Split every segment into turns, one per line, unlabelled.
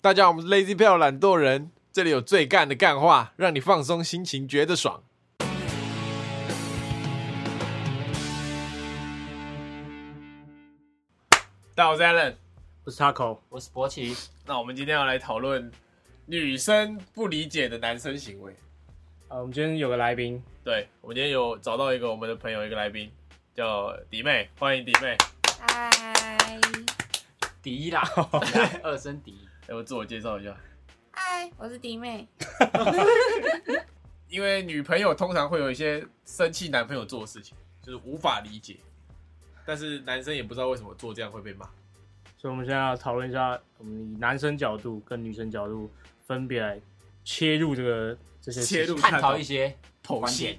大家好，我们是 Lazy 票懒惰人，这里有最干的干话，让你放松心情，觉得爽。
大家好，我是 Allen。
我是 Taco，
我是博奇，
那我们今天要来讨论女生不理解的男生行为。
呃，我们今天有个来宾，
对，我们今天有找到一个我们的朋友，一个来宾叫迪妹，欢迎迪妹。
嗨，
第一 啦，
哦
啊二声第一，
哎，我自我介绍一下，
嗨，我是迪妹。
因为女朋友通常会有一些生气男朋友做的事情，就是无法理解，但是男生也不知道为什么做这样会被骂。
所以我们现在要讨论一下，我们以男生角度跟女生角度分别来切入这个这些事情
切入
探讨一些
剖
观
析
点。。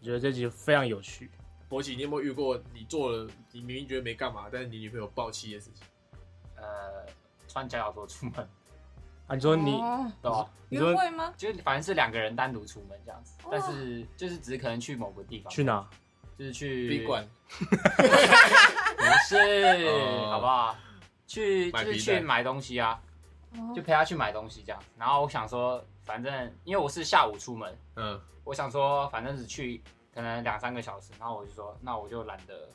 我觉得这集非常有趣。
博奇，你有没有遇过你做了你明明觉得没干嘛，但是你女朋友爆气的事情？
呃，穿夹脚拖出门，
啊，你说你，
哦
对吧？
嗯
你说
约会吗？
就是反正是两个人单独出门这样子，
哇
但是就是只是可能去某个地方，
去哪？
就是去
宾馆，
不是
哦，
好不好？去就
买
是
皮带
去买东西啊，
哦
就陪他去买东西这样子。然后我想说，反正因为我是下午出门，
嗯，
我想说反正只去可能两三个小时，然后我就说那我就懒得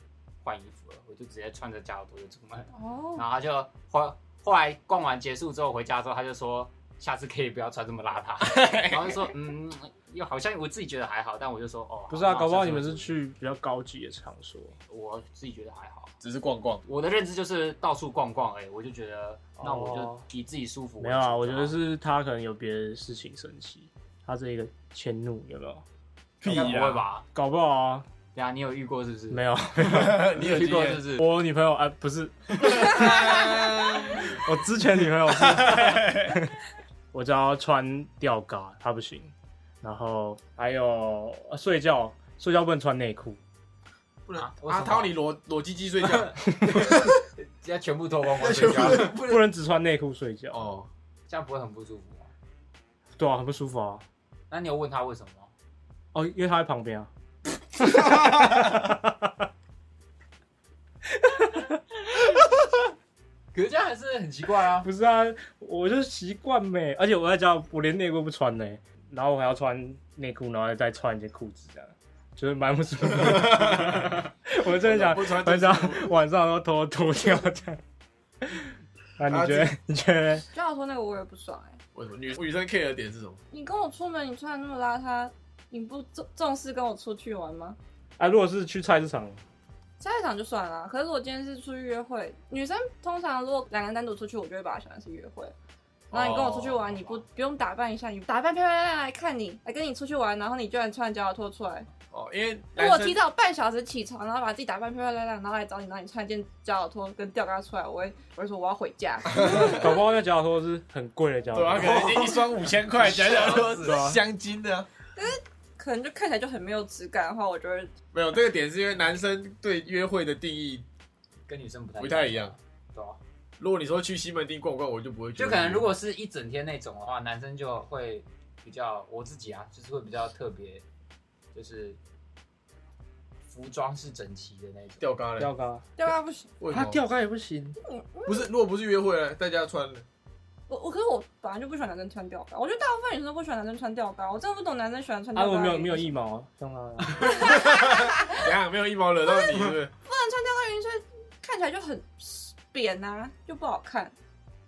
换衣服了，我就直接穿着夹脚拖就出门了。
哦，
然后他就后后来逛完结束之后回家之后，他就说下次可以不要穿这么邋遢。然后就说嗯，又好像我自己觉得还好，但我就说哦，
不是啊，
好
搞不好你
那我
们
下
是
次
去比较高级的场所。
我自己觉得还好。
只是逛逛。
我的认知就是到处逛逛而已，我就觉得那我
哦
就以自己舒服为
没有啊，
主
我
就
觉
好
得是他可能有别的事情生气，他这一个迁怒有没有？
应该不会 吧？
搞不好啊，
对啊，你有遇过是不是？
没有。
你有
遇
经
过是
验
不？是？
我女朋友啊、不是， 我之前女朋友是， 我只要穿吊嘎，她不行。然后还有、啊睡觉，睡觉不能穿内裤，
不能
啊为什
阿
么
涛，你裸裸鸡鸡睡觉
要全部脱光光睡觉，
不能只穿内裤睡觉。
哦，
这样不会很不舒服吗？
对啊，很不舒服啊。
那你有问他为什么吗？
哦，因为她在旁边啊。
可是这样还是很奇怪啊。
不是啊，我就习惯呗。而且我在家，我连内裤不穿呢、然后我还要穿内裤，然后再穿一件裤子，这样就是蛮不舒服的。 我真的想
不穿
很
真
想
舒
晚上都偷偷脱掉这样。那你觉
啊
得？你觉得？
就像我说那个我也不爽哎、
为什么女女生 care 的点是什么？
你跟我出门，你穿的那么邋遢，你不重重视跟我出去玩吗？
啊，如果是去菜 市场，
下一场就算了，可是我今天是出去约会，女生通常如果两个人单独出去，我就会把她想成是约会。然后你跟我出去玩，
哦
你不不用打扮一下，你打扮漂漂亮亮来看你，来跟你出去玩，然后你居然穿着脚拖出来。
哦，因为
如
男
果
生
提早半小时起床，然后把自己打扮漂漂亮亮，然后来找你，然后你穿一件脚拖跟吊嘎出来，我会我会说我要回家。
搞不好那脚托是很贵的脚
对啊，可
托，
能一双五千块，讲讲说是香精的啊、
可能就看起来就很没有质感的话，我就会
没有这个点是因为男生对约会的定义
跟女生不太
不太一，样。
对啊。
如果你说去西门町逛逛，我就不会觉
就
得。
可能如果是一整天那种的话，男生就会比较我自己啊，就是会比较特别，就是服装是整齐的那种。
吊嘎了，
吊嘎，
吊嘎不行。
为什
他
么？
吊嘎也不行。
不是，如果不是约会了，在家穿了，
我我可是我本来就不喜欢男生穿吊嘎，我觉得大部分女生都不喜欢男生穿吊嘎，我真的不懂男生喜欢穿
啊，
吊嘎。
我没有没有腋毛，像他
怎样？没有一毛惹到你，是不是？
不能穿吊嘎，原因是看起来就很扁啊，就不好看，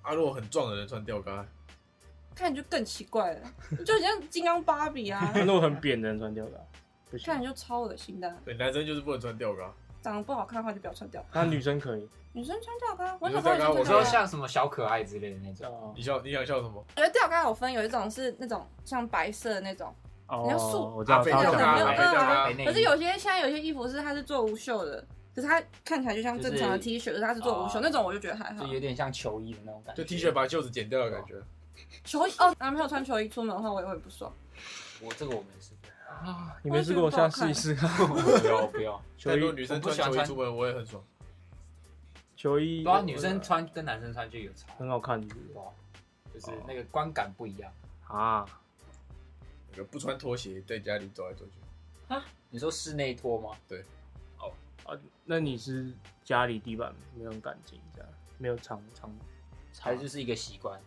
啊，如果很壮的人穿吊嘎，
看起来就更奇怪了，就很像金刚芭比啊，
那种很扁的人穿吊嘎不
看
行。
起来就超恶心的。啊
对，男生就是不能穿吊嘎。
长得不好看的话就不要穿吊嘎，
那啊女生可以。
女生穿吊嘎，我
女生
很讨
吊
厌
嘎
我
穿
说
吊嘎。啊
像什么小可爱之类的那种，
哦
你笑，你想笑什么？
我觉得吊嘎有分，有一种是那种像白色的那种，你要竖
哦，我知道他
阿飞
吊
讲
嘎
的
没有
吊嘎
北内衣
可是有些现在有些衣服是它是做无袖的，可是它看起来就像正常的 T 恤，可是它是做无袖、
哦
那种，我就觉得还好
就。有点像球衣的那种感觉。
就 T 恤把袖子剪掉的感觉。
球衣哦，男朋友穿球衣出门的话，我也会不爽。
我这个我没试过，
你没试过，我下次试一试看。
我不要我不要。
球
但如果
衣，
女生穿
我不喜欢
球衣
穿
出门，我也很爽。
球衣啊
不知道啊女生穿跟男生穿就有差，
很好看是不
对
是
吧？就是那个观感不一样。
啊，
那个不穿拖鞋在家里走来走去，
你说室内拖吗？
那你是家里地板没有很干净，这样没有长长
还是就是一个习惯？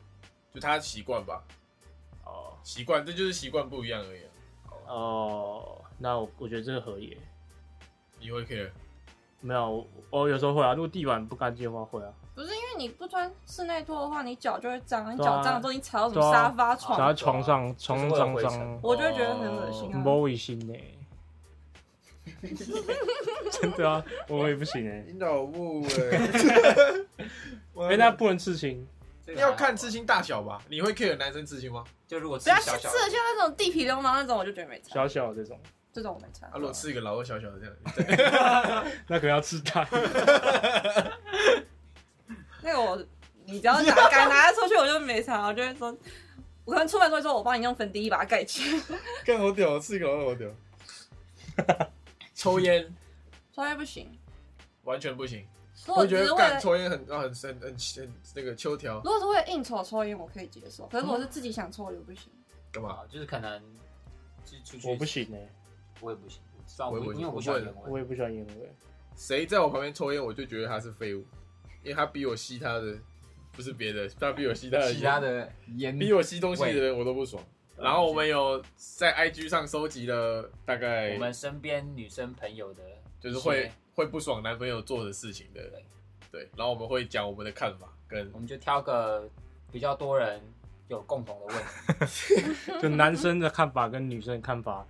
就他习惯吧，
哦
习惯，这就是习惯不一样而已、啊。
哦，那我我觉得这个合理耶。
你会 care？
没有，我我有时候会啊，如果地板不干净的话会啊，
不是因为你不穿室内拖的话，你脚就会脏，你
对啊
脚脏了之后你踩到什
对啊
么
哦
沙发床，
然后床上床上脏
啊就是会有灰
脏
尘，
我就会觉得很恶心啊。
摸卫星 呢，真的啊，我也不行哎。
引导物
欸
哎、
哎
那不能刺青，
这个还好
要看刺，青大小吧？你会 care 男生刺青吗？
就如果
不
刺
要
小
是
小
吃
的
的像那种地皮流氓那种，我就觉得没差。
小小的这种，
这种我没差
啊，。如果刺一个老二小小的 这样，
那可能要刺 大。
那个我，你只要拿敢拿得出去，我就没差。我就会说，我可能出门都会说，我帮你用粉底液把它盖起来。
更好屌，刺一个老二好屌。抽烟
抽烟不行，
完全不行，
如果
我
只
觉
是
得
为了
干抽烟很啊很很很很那个秋条
如，果是为了应酬抽烟，我可以接受。可是我是自己想抽，我就不行。
干嘛？
啊，就是可能就出去，
我不，行哎、
我也不行，算
我
我
也不
不
行
因为
我
不喜欢
不会
原
我
味，
也不喜欢烟味。
谁在我旁边抽烟，我就觉得他是废物，因为他比我吸他的，不是别的，他比我吸他的烟，
其他的烟
比我吸东西的人我都不爽。然后我们有在 IG 上收集了大概
我们身边女生朋友的，
就是会会不爽男朋友做的事情的
对，
对，然后我们会讲我们的看法跟
我们就挑个比较多人有共同的问题，
就男生的看法跟女生的看法，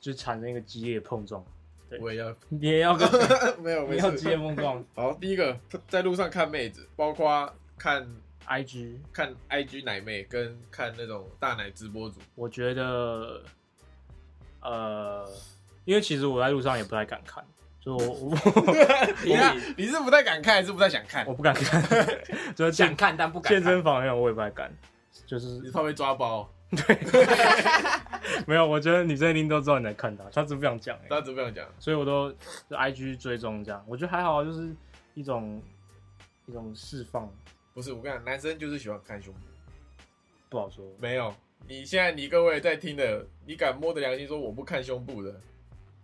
就产生一个激烈的碰撞。对
我也要
你也 要跟
没有
你要激烈碰撞
好，第一个在路上看妹子，包括看
，IG，
看 IG 奶妹跟看那种大奶直播主，
我觉得，呃，因为其实我在路上也不太敢看，就我 我
哎
你看你是不太敢看还是不太想看
我？不敢 看，就是
想
健
看但不敢看
健身房那种我也不太敢，就
你
是
怕被抓包，
没有，我觉得女生一定都知道你在看她，她只是不想讲、欸
大，家怎么样讲？
所以我都就 IG 追踪这样，我觉得还好，就是一种一种释放，
不是，我跟你讲，男生就是喜欢看胸部。
不好说，
没有，你现在你各位在听的，你敢摸着良心说我不看胸部的，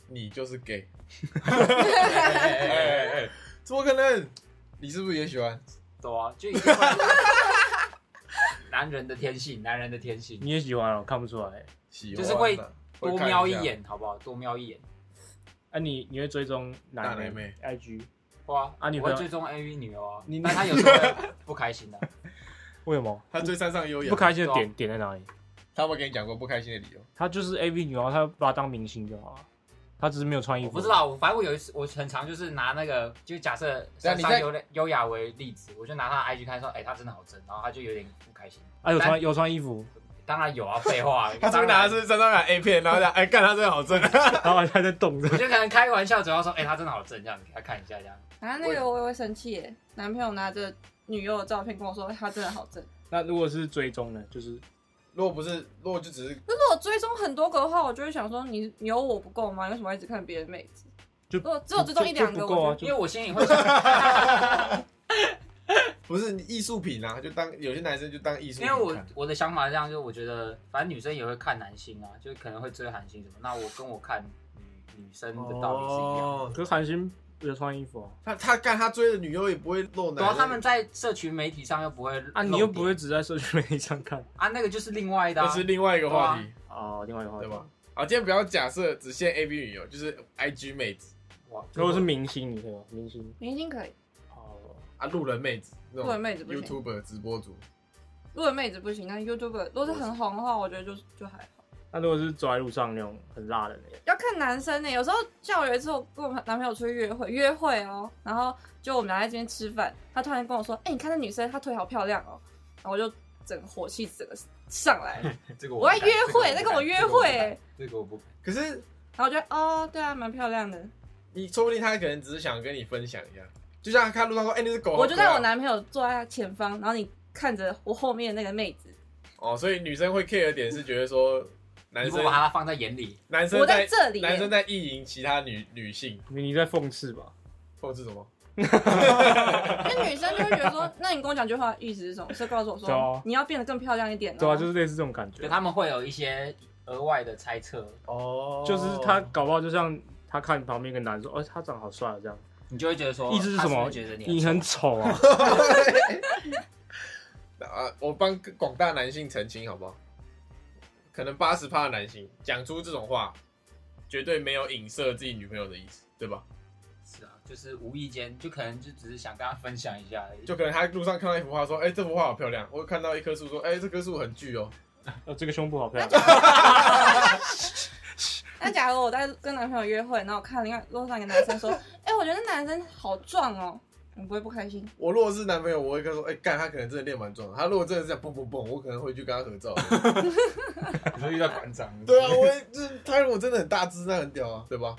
你就是 gay。
哎哎
哎
哎哎
哎哎，怎么可能？你是不是也喜欢？
对啊，就一定会男人的天性，男人的天性，
你也喜欢哦，看不出来、欸，
喜
就
欢啊
是会
会
多
看
瞄一
下
眼好不好？多瞄一眼，
啊你你会追踪
大
哪
奶
妹
妹
IG？
哇
啊你
我会
会
追踪 AV 女优啊
你，
但她有时候会不开心的，啊
为什么？
他追山上优雅，
不开心的
对啊
点点在哪里？
他们跟你讲过不开心的理由。
她就是 AV 女王，她把她当明星就好了，她只是没有穿衣
我
服。
不
嗯
知，道，我反正我有一次，我很常就是拿那个，就假设
对啊
山
你
上
在
优优雅为例子，我就拿她的 IG 看说，哎，她真的好真，然后她就有点不开心。
啊有
但
穿有穿衣服，
当然有啊，废话，
他这边拿的是山上雅 A 片，然后讲哎干他真的好正，
然后她在动着
我，就可能开玩笑，主要说，哎、他真的好正，这样给他看一下，这样
啊，那个我也会生气耶。男朋友拿着女友的照片跟我说，他真的好正。
那如果是追踪呢？就是
如果不是，如果就只是
可是我追踪很多个的话，我就会想说，你你有我不够吗？你为什么要一直看别的妹子？
就
如果只有追踪一
就
两
就
个，
不够
我
啊，
就
因
就
为我心里 会想，
不是你艺术品啊，就当有些男生就当艺术
因
品
为
看。
我我的想法是这样，就是我觉得，反正女生也会看男星啊，就是可能会追韩星什么，那我跟我看女女生的道理是一样的。
哦
可是韩星有穿衣服啊，
他他干他追的女优也不会露奶，
然后啊他们在社群媒体上又不会
啊
露
你又不会
点
只在社群媒体上看
啊，那个就是另外的、
那
啊，
是另外一个话题，
哦，另外一个话
对
题
吧？？啊，今天不要假设只限 A B 女优，就是 I G 妹子
哇，
如果是明星，你可以吗？明星
明星可以，
哦，
啊，路人妹子那
路人
种
妹子不行，
YouTuber 直播主，
路人妹子不行。那 YouTube 如果是很红的话，我觉得就就还好。
那如果是走在路上那种很辣的那种，
要看男生呢、有时候像我有一次我跟我男朋友出去约会，约会哦，然后就我们俩在这边吃饭，他突然跟我说：“哎、你看那女生，她腿好漂亮哦。”然后我就整个火气整个上来，
这个
我
不
要
敢
约会，那跟
这个
我
不敢
约会、欸，
这个我不敢，
可是
然后我觉得哦，对啊，蛮漂亮的。
你说不定他可能只是想跟你分享一下，就像他看路上说，哎，那只狗好可爱，
我就在我男朋友坐在他前方，然后你看着我后面那个妹子，
哦，所以女生会 care 的点是觉得说男
你
生
不把它放在眼里，
男
我
生
在这里耶
男生在意淫其他女女性，
你你在讽刺吧？
或者是什么？
那女生就会觉得说，那你跟我讲句话意思是什么？是告诉我
对啊
说你要变得更漂亮一点哦。
对啊，就是类似这种感
就
觉，
他们会有一些额外的猜测，
哦
就是他搞不好就像他看旁边一个男生，哦，他长得好帅啊，这样，
你就会觉得说，啊
意思是
他
什
不
么？
觉得你
你
丑
很丑啊，
大，我帮广大男性澄清好不好？可能八十趴的男性讲出这种话，绝对没有影射自己女朋友的意思，对吧？
是啊，就是无意间，就可能就只是想跟他分享一下而已。
就可能他路上看到一幅画，说：“哎、这幅画好漂亮。”我看到一棵树，说：“哎、这棵树很巨哦。
呃，这个胸部好漂亮。
那假如我在跟男朋友约会，然后我看另外路上一个男生说：“哎、我觉得那男生好壮哦。”你不会不开心？”
我如果是男朋友，我会跟他说：“哎、干，他可能真的练蛮壮的。他如果真的是这样蹦蹦蹦，我可能会去跟他合照。
你说遇到馆长，
对啊，我也就是他如果真的很大只，那很屌啊，对吧？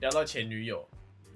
聊到前女友，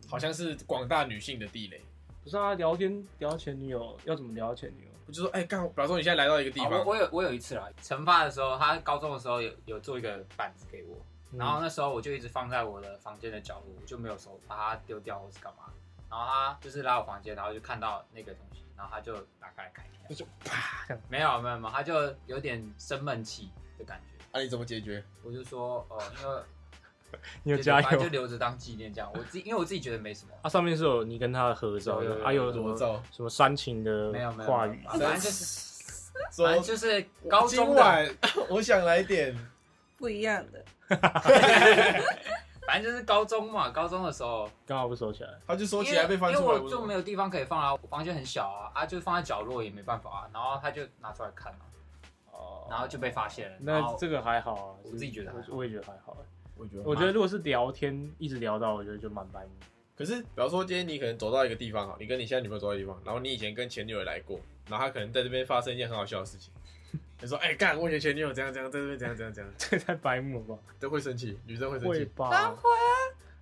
好像是广大女性的地雷，
不是啊，聊天聊前女友要怎么聊前女友？
我就说，哎、干，比方说你现在来到一个地
哦
方，
我我有我有一次啦，惩罚的时候，他高中的时候有有做一个板子给我，嗯然
嗯
后那时候我就一直放在我的房间的角落，我就没有收，把它丢掉或是干嘛。然后他就是来我房间，然后就看到那个东西，然后他就打开来看一下，
就啪这样，
没有没有没有，他就有点生闷气的感觉。
啊，你怎么解 决？
我就说，哦、
你
因
有
为
加
反正就
油。
留着当纪念这样。我自己因为我自己觉得没什么，
它啊上面是有你跟他的合照，
有有有
还有什
裸
么
照，
什么煽情的
没有没有，
呃话语，
反 正就是反正
说
就是高中
今
的，
晚我想来点，
不一样的，
反正就是高中嘛，高中的时候。
刚好不收起来。
他就收
因
起
为
来被翻出来，
因为我就没
有。
有地方可以放啊，我房间很小啊，啊就放在角落也没办法啊，然后他就拿出来看啊了、
哦
然后就被发现了，然
那
后
这个还好啊，
我自己觉得还好
我我也觉得还好。啊
我觉
我觉得如果是聊天一直聊到，我觉得就蛮白目。
可是，比方说今天你可能走到一个地方，好，你跟你现在女朋友走到一个地方，然后你以前跟前女友来过，然后她可能在这边发生一件很好笑的事情， 你说，哎、干，我以前前女友怎样怎样，在这边怎样怎样怎样，
这太白目了吧？
都会生气，女生会生
会
气。
当然
吧？
会啊。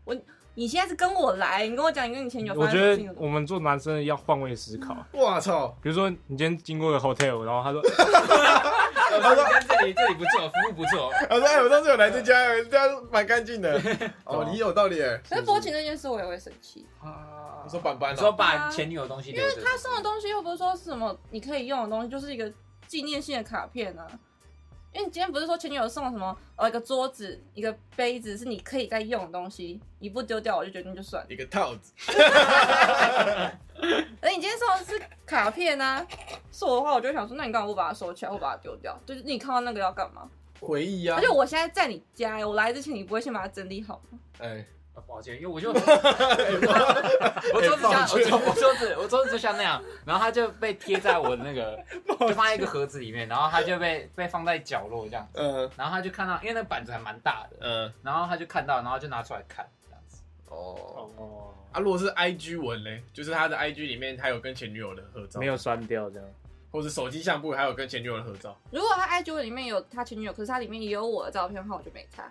我你现在是跟我来，你跟我讲你跟你前女
啊
友
我
发
觉
生什么事
得
情，
我们做男生的要换位思考。
哇操！
比如说，你今天经过一个 hotel，然后 他说，
他说这里这里不错，服务不错，
他说，哎、我上次有来这 家，这家蛮干净的。哦，你有道理耶。
可是薄情那件事我也会生气，
啊
你说板板、
你
啊，
说把前女友东西留着，
他送的东西又不是说什么你可以用的东西，就是一个纪念性的卡片啊。因为你今天不是说前女友送了什么呃一个桌子、一个杯子是你可以再用的东西，你不丢掉我就决定就算了。
一个套子，
而你今天送的是卡片啊，是我的话我就会想说，那你干嘛不把它收起来，或把它丢掉？就是你看到那个要干嘛？
回忆啊
而且。我现在在你家，我来之前你不会先把它整理好吗？
哎，
啊抱歉，因为我就我桌子像我桌我桌子我桌子就像那样，然后他就被贴在我的那个就放在一个盒子里面，然后他就被被放在角落这样，
嗯
然后他就看到，因为那板子还蛮大的，
嗯，
然后他就看到，然后就拿出来看这样子，
哦。
哦，
啊，如果是 IG 文嘞，就是他的 IG 里面还有跟前女友的合照，
没有删掉这样。
或者手机相簿还有跟前女友的合照，
如果他 IG 里面有他前女友，可是他里面也有我的照片的话，我就没差。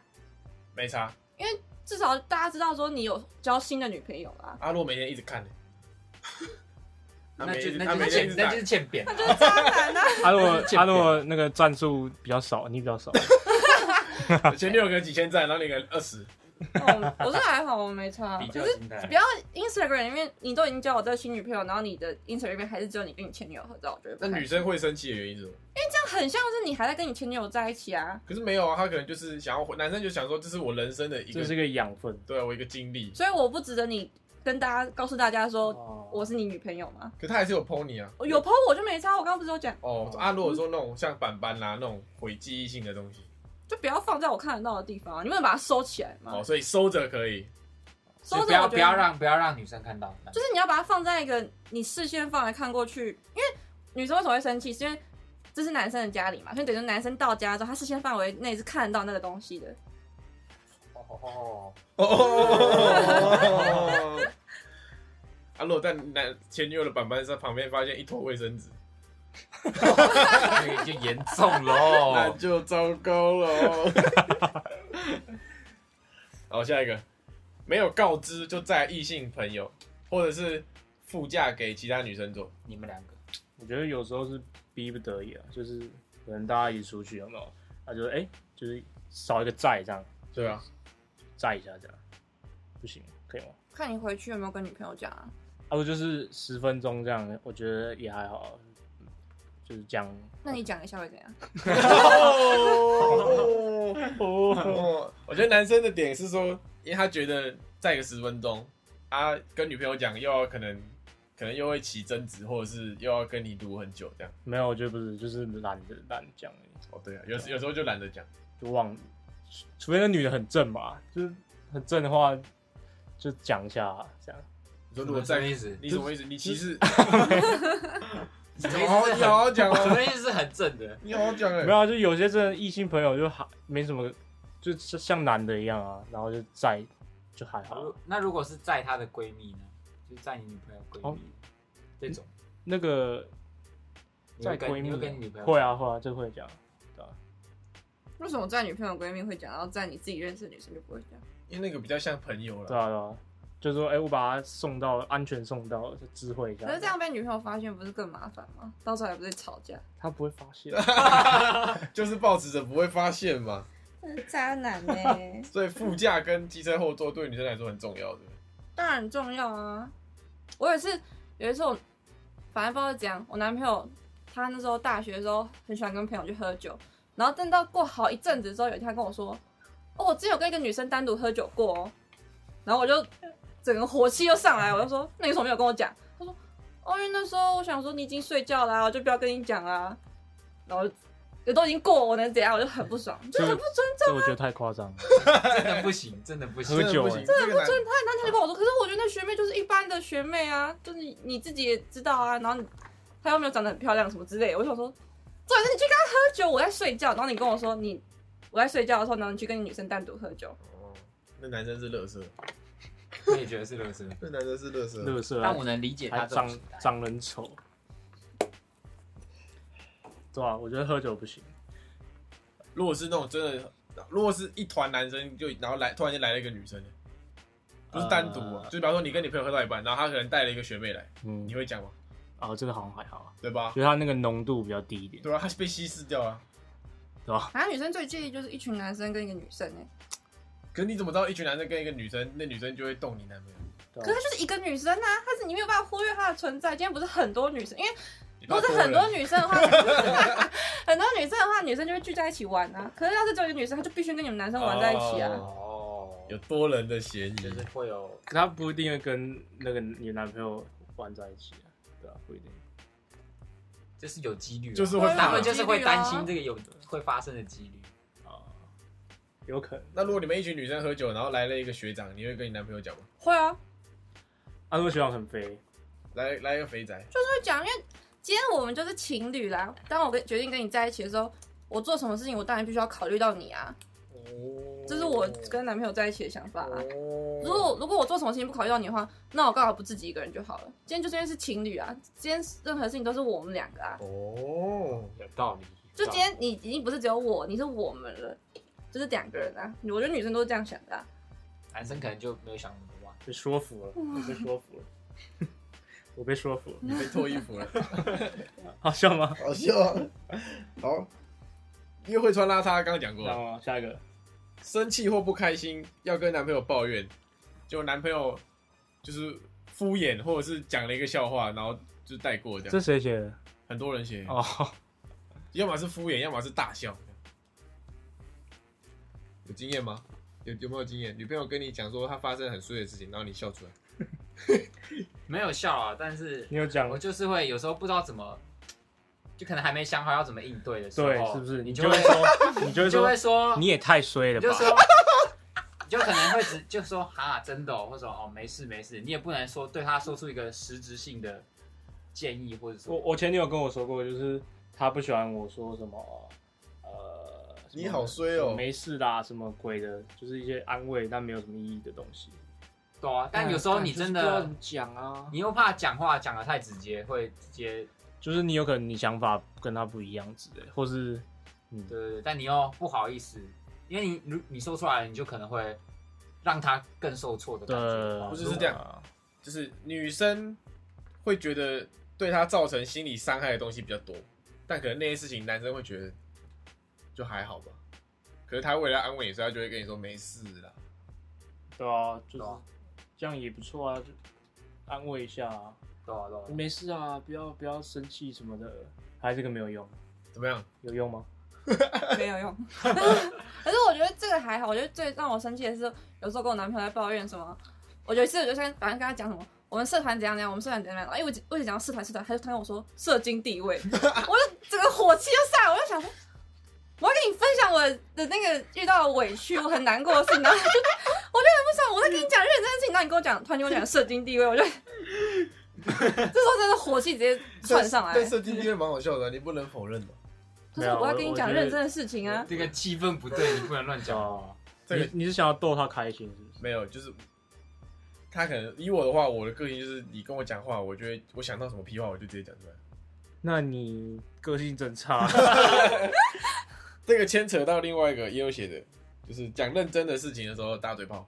没差。
至少大家知道说你有交新的女朋友啊 啦。
阿洛啊每天一直看呢，他
那
每
就
天
那
他
就
每
是
天一
欠
直
那
打
就是欠扁了，
渣男啊！
他如果
就是
他如果那个战术比较少，你比较少，
前六个几千赞，然后那个二十，
哦我是还好，我没差。
比
可
较
是
心态。
不要 Instagram 里面你都已经交我这个新女朋友，然后你的 Instagram 里面还是只有你跟你前女友合照，我觉得不
那
太
女生会生气的原因是什么？
这样很像是你还在跟你前女友在一起啊。
可是没有啊，他可能就是想要回，男生就想说这是我人生的一
这是
个，
一个养分。
对啊我一个经历。
所以我不值得你跟大家告诉大家说
哦
我是你女朋友吗？
可他还是有 pony 啊。
哦
我哦有 PO 我就没差，我刚刚不是有讲，
哦，啊，如果说那种像板板啊啦、那种毁记忆性的东西，
就不要放在我看得到的地方啊、你们把它收起来嘛
哦，。所以收着可以。
收着
不要
我觉
不
得
要让不要让女生看到，
就是你要把它放在一个你视线放来看过去，因为女生为什么会生气，是因为这是男生的家里嘛，所以等于男生到家之后，他视线范围内是看得到那个东西的。
哦，
哦。 啊，如果在男前女友的板板上旁边发现一坨卫生纸，
这个就严重哦
那
喽。
就糟糕了哦。 好，下一个，没有告知就在异性朋友，或者是副驾给其他女生坐。
你们两个
我觉得有时候是逼不得已啊，就是可能大家一起出去有没有？他就哎、就是少一个债这样，
对啊，
债一下这样，不行，可以吗？
看你回去有没有跟女朋友讲啊？
啊，我就是十分钟这样，我觉得也还好，就是这样。
那你讲一啊下会怎样？
哦
哦，
哦，我觉得男生的点是说，因为他觉得再个十分钟，他跟女朋友讲又要可能可能又会起争执，或者是又要跟你撸很久这样。
没有，我觉得不是，就是懒得懒得讲而已，
哦，对啊，有时有时候就懒得讲。
就忘了。除非那女的很正嘛，就是很正的话，就讲一下啊这样。
你说如果在
什么意思
你什么意思？你歧视？
什么
你
意
好好
思是
你好好讲
很？什
啊！
么意思是很正的？
你好好讲哎
没。有、啊，就有些真的异性朋友就还没什么，就像像男的一样啊，然后就在就还好。
如那如果是在她的闺蜜呢？就是在你女朋友闺
哦
蜜、这种，
那个
你
在
会跟
闺蜜
你会跟你女朋友
会啊会啊，这会讲，对啊
为什么在女朋友闺蜜会讲，然后在你自己认识的女生就不会讲？
因为那个比较像朋友
对
了。
啊
嗯
对啊，就说哎、我把她送到安全送到，就知会一下。
可是这样被女朋友发现不是更麻烦吗？到时候还不是吵架？
她不会发 现。
就是保持着不会发现嘛。
这是渣男欸呢、
所以副驾跟机车后座对女生来说很重要的。
当然很重要啊。我也是有一次我，反正不知道怎样，我男朋友他那时候大学的时候很喜欢跟朋友去喝酒，然后等到过好一阵子之后，有一天他跟我说：“哦，我之前有跟一个女生单独喝酒过哦。”然后我就整个火气又上来，我就说：“那你为什么没有跟我讲？”他说：“哦，因为那时候我想说你已经睡觉啦、我就不要跟你讲啦、然后也都已经过，我能怎样？我就很不爽，就很不尊啊
这我觉得太夸张了。
真的不行，真的不行
喝。
真的
酒
不
欸
行，这个男
他那他就跟我说，可是我觉得那学妹就是一般的学妹啊，就是你你自己也知道啊，然后你她又没有长得很漂亮什么之类的。我想说，重点是你去跟她喝酒，我在睡觉，然后你跟我说你我在睡觉的时候，然后你去跟你女生单独喝酒，
哦那男生是乐色，
我也觉得是乐色，
那男生是乐色。
乐色啊，
但我能理解
还
她这种
长
心态
长人丑，对啊，我觉得喝酒不行，
如果是那种真的，如果是一团男生就然后来突然间来了一个女生，不是单独啊，
呃
就比方说你跟你朋友喝到一半，然后他可能带了一个学妹来，
嗯
你，会讲吗？
啊，这个好像还好，
对吧？
觉得它那个浓度比较低一点，
对啊，他被稀释掉了。
对吧？
然后女生最介意就是一群男生跟一个女生哎、
可是你怎么知道一群男生跟一个女生，那女生就会动你男朋友？
可是她就是一个女生啊，她是你没有办法忽略她的存在。今天不是很多女生，因为
你
如
怕
果是
人
很多女 生的话，很多女生的话，女生就会聚在一起玩啊。可是要是只有一个女生，她就必须跟你们男生玩在一起啊。
哦
哦，
有多人的嫌疑
就，是会有
可他不一定会跟那个你男朋友玩在一起啊，对啊，不一定。
就是有几率啊，
就是会
他
怕
们就是会担心
啊
这个有会发生的几率。
啊，有可能。
那如果你们一群女生喝酒，然后来了一个学长，你会跟你男朋友讲吗？
会啊，
啊，如果学长很肥，
来来一个肥宅，
会讲，因为今天我们就是情侣啦。当我跟决定跟你在一起的时候，我做什么事情，我当然必须要考虑到你啊。
哦
这是我跟男朋友在一起的想法啊。
哦
如果如果我做什么事情不考虑到你的话，那我刚好不自己一个人就好了。今天就是因为是情侣啊，今天任何事情都是我们两个啊。
哦，
有道理，
就今天你已经不是只有我，你是我们了，就是两个人啊。我觉得女生都是这样想的、啊。
男生可能就没有想那么多吧。啊
被说服了，我被说服了， 我被说服了，
你被脱衣服了，
好笑吗？
好笑啊。好，约会穿邋遢，刚刚讲过
然
了，
后下一个，
生气或不开心要跟男朋友抱怨，就男朋友就是敷衍，或者是讲了一个笑话，然后就带过这
这
样。
谁写的？
很多人写，
哦，
要么是敷衍，要么是大笑。有经验吗？有有没有经验？女朋友跟你讲说她发生很衰的事情，然后你笑出来，
没有笑啊，但是
你有讲
我就是会有时候不知道怎么，就可能还没想好要怎么应对的时候，
对，是不是？
你
你
就
就
会
会说，你就会
你就
说
会，说，
你也太衰了
你
吧
就？说，你就可能会只就说哈，真的、哦，或者说哦没事没事，你也不能说对他说出一个实质性的建议或者说
我我前女友跟我说过，就是她不喜欢我说什么，呃，什么
你好衰哦
没事啦，什么鬼的，就是一些安慰但没有什么意义的东西。
对啊，但有时候你真
哎就是不知道
的
怎么讲啊，
你又怕讲话讲的太直接，会直接
就是你有可能你想法跟她不一样之类，或是嗯，
对对对，但你又不好意思，因为你如你说出来了，你就可能会让他更受挫的感觉。啊
对，啊
不是
如
是
果
这样，就是女生会觉得对她造成心理伤害的东西比较多，但可能那些事情男生会觉得就还好吧。可是他为了安慰你，所以他就会跟你说没事啦。
对啊，就
对
是
啊
这样也不错啊，就安慰一下啊，
对啊对啊
没事啊，不要不要生气什么的，还这个没有用，
怎么样？
有用吗？
没有用。 可是我觉得这个还好，我觉得最让我生气的是，有时候跟我男朋友在抱怨什么，我有一次我就先反正跟他讲什么，我们社团怎样怎样，我们社团怎样怎样。然后因为我只我一直讲到社团社团，他就他跟我说社经地 位，我就整个火气就上来，我就想说，我要跟你分享我的那个遇到的委屈，我很难过的事情，然后就 我就很不爽，我在跟你讲认真的事情，然后你跟我讲，突然间跟我讲社经地 位，我就这时候真的火气直接窜上来。
但设计地位蛮好笑的，啊你不能否认的。
可是我要跟你讲认真的事情啊，
这个气氛不对，你不能乱啊讲。
哦，
这个
你你是想要逗他开心是不是？
没有，就是他可能以我的话，我的个性就是你跟我讲话，我就会我想到什么屁话，我就直接讲出来。
那你个性真差，
这个牵扯到另外一个也有写的，就是讲认真的事情的时候大嘴炮，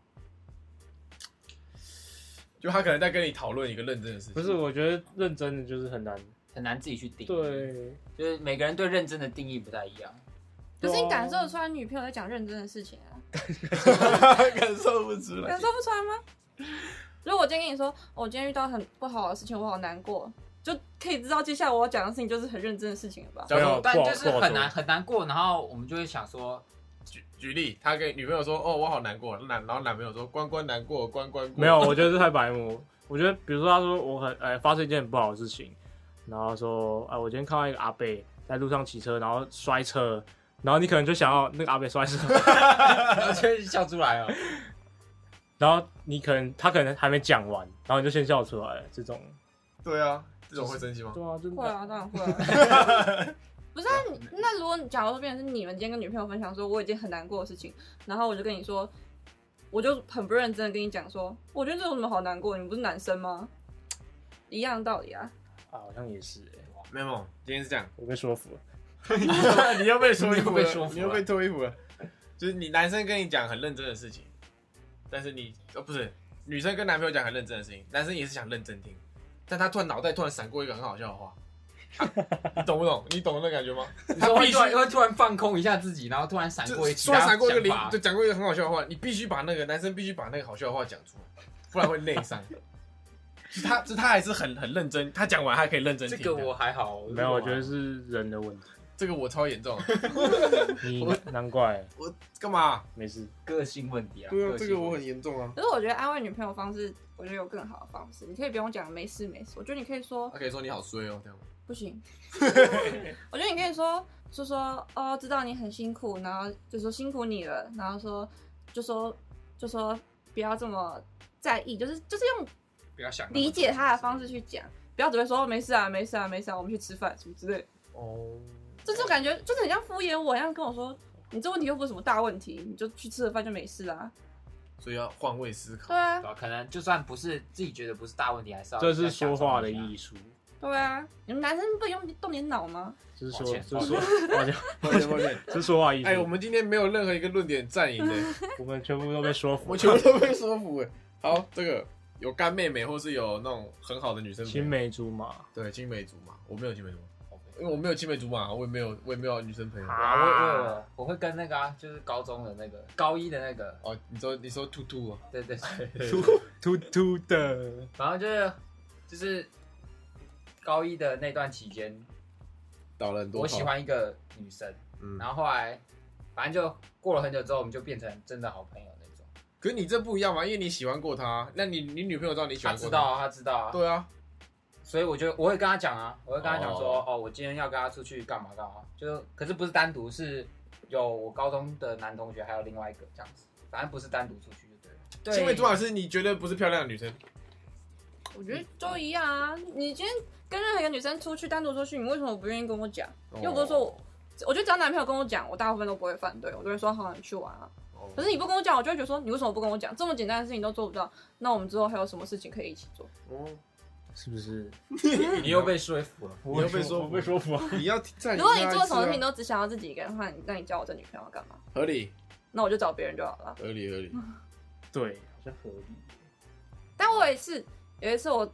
就他可能在跟你讨论一个认真的事情。
不是？我觉得认真的就是很难。
很难自己去定。，
对，
就是每个人对认真的定义不太一样。
可是你感受得出来女朋友在讲认真的事情啊，
感受不出来
感。受不出来吗？如果我今天跟你说，哦我今天遇到很不好的事情，我好难过，就可以知道接下来我要讲的事情就是很认真的事情了吧？
假如说
没
但
有
就是
过
很
多
难很难过，然后我们就会想说，
举举例，他跟女朋友说：“哦，我好难过。”男，然后男朋友说：“关关难过，关关过。”
没有，我觉得这太白目。我觉得，比如说，他说我很呃、发生一件很不好的事情，然后说，哎、我今天看到一个阿伯在路上骑车，然后摔车，然后你可能就想要那个阿伯摔车，
然后就会笑出来 哦。
然后你可能他可能还没讲完，然后你就先笑出来了，这种，
对啊，这种会生气吗？
对啊，真
会
的，
啊，当然会啊。 不是、啊，你那如果假如说变成是你们今天跟女朋友分享说我有一件很难过的事情，然后我就跟你说，我就很不认真的跟你讲说，我觉得这有什么好难过？你们不是男生吗？一样道理啊。
啊，好像也是、欸，
没有，今天是这样，
我被说服了，
你又被脱衣服
你又被说
了，
服了
你又被脱衣服了。就是你男生跟你讲很认真的事情，但是你哦不是女生跟男朋友讲很认真的事情，男生也是想认真听，但他突然脑袋突然闪过一个很好笑的 话，啊你懂不懂？你懂那感觉吗？
你
他
说
必
会
须
突然会突然放空一下自己，然后突然闪
就
过一
突然闪过一个
零
零，，就讲过一个很好笑的话，你必须把那个男生必须把那个好笑的话讲出来，不然会内伤。是他，是他还是很很认真，他讲完还可以认真
这
听。
个我还好，
没有，我觉得是人的问题，
这个我超严 重，
你难怪
干嘛？
没事，
个性问题啊。性问题
严重啊。
可是我觉得安慰女朋友方式，我觉得有更好的方式，你可以不用讲没事没事，我觉得你可以说
他可以说你好衰哦，这样吗。
不行。 我觉得你可以说，就说哦，知道你很辛苦，然后就说辛苦你了，然后说就说就说不要这么在意，就是就是用
不要想那么多
理解他的方式去讲，不要只会说哦没事啊没事啊没事啊，我们去吃饭什么之类的，
哦，
这种感觉就是很像敷衍我，很像跟我说。你这问题又不是什么大问题，你就去吃了饭就没事啦。
所以要换位思考
对。啊
对，吧可能就算不是自己觉得不是大问题，还是要
这是说话的
义。
艺术，
对啊，你们男生不用动点脑吗？
就是说，
抱歉
就是说，抱歉，
抱歉抱歉。
这是说话艺术，
哎，我们今天没有任何一个论点占 赢的，
我们全部都被说服
我
了，
全部都被说服哎。好，这个有干妹妹或是有那种很好的女生朋友
青梅竹马。
对，青梅竹马，我没有青梅竹马，因为我没有青梅竹马，我也没有，我也没有女生朋友。
啊
啊，我我有了我会跟那个啊，就是高中的那个高一的那个，
哦，你说你说兔兔啊，
对对对，
突突的，
然后就是就是高一的那段期间，
倒了很多。
我喜，欢一个女生，
嗯，
然后后来反正就过了很久之后，我们就变成真的好朋友那种。
可是你这不一样嘛，因为你喜欢过他，那你你女朋友知道你喜
他
欢
知
过
道啊，他知道啊，
对啊，
所以我就我会跟他讲啊，我会跟他讲说
哦，
哦，我今天要跟他出去干嘛干嘛，就是可是不是单独，是有我高中的男同学，还有另外一个这样子，反正不是单独出去就对了。对，
青梅竹马是你觉得不是漂亮的女生，
我觉得都一样啊。你今天跟任何一个女生出去单独出去，你为什么不愿意跟我讲？
哦
又不是说我，我觉得只要男朋友跟我讲，我大部分都不会反对，我都会说好，你去玩啊。
哦，
可是你不跟我讲，我就会觉得说你为什么不跟我讲？这么简单的事情都做不到，那我们之后还有什么事情可以一起做？
哦，
是不是？
你又被说服了。
你又被说服
我被说服啊！
你要再
如果你做什
啊
么事情都只想要自己一个人的话，你那你叫我这女朋友干嘛？
合理
那我就找别人就好了。
合理合理，
嗯
对，好像合理。
但我也是有一次，我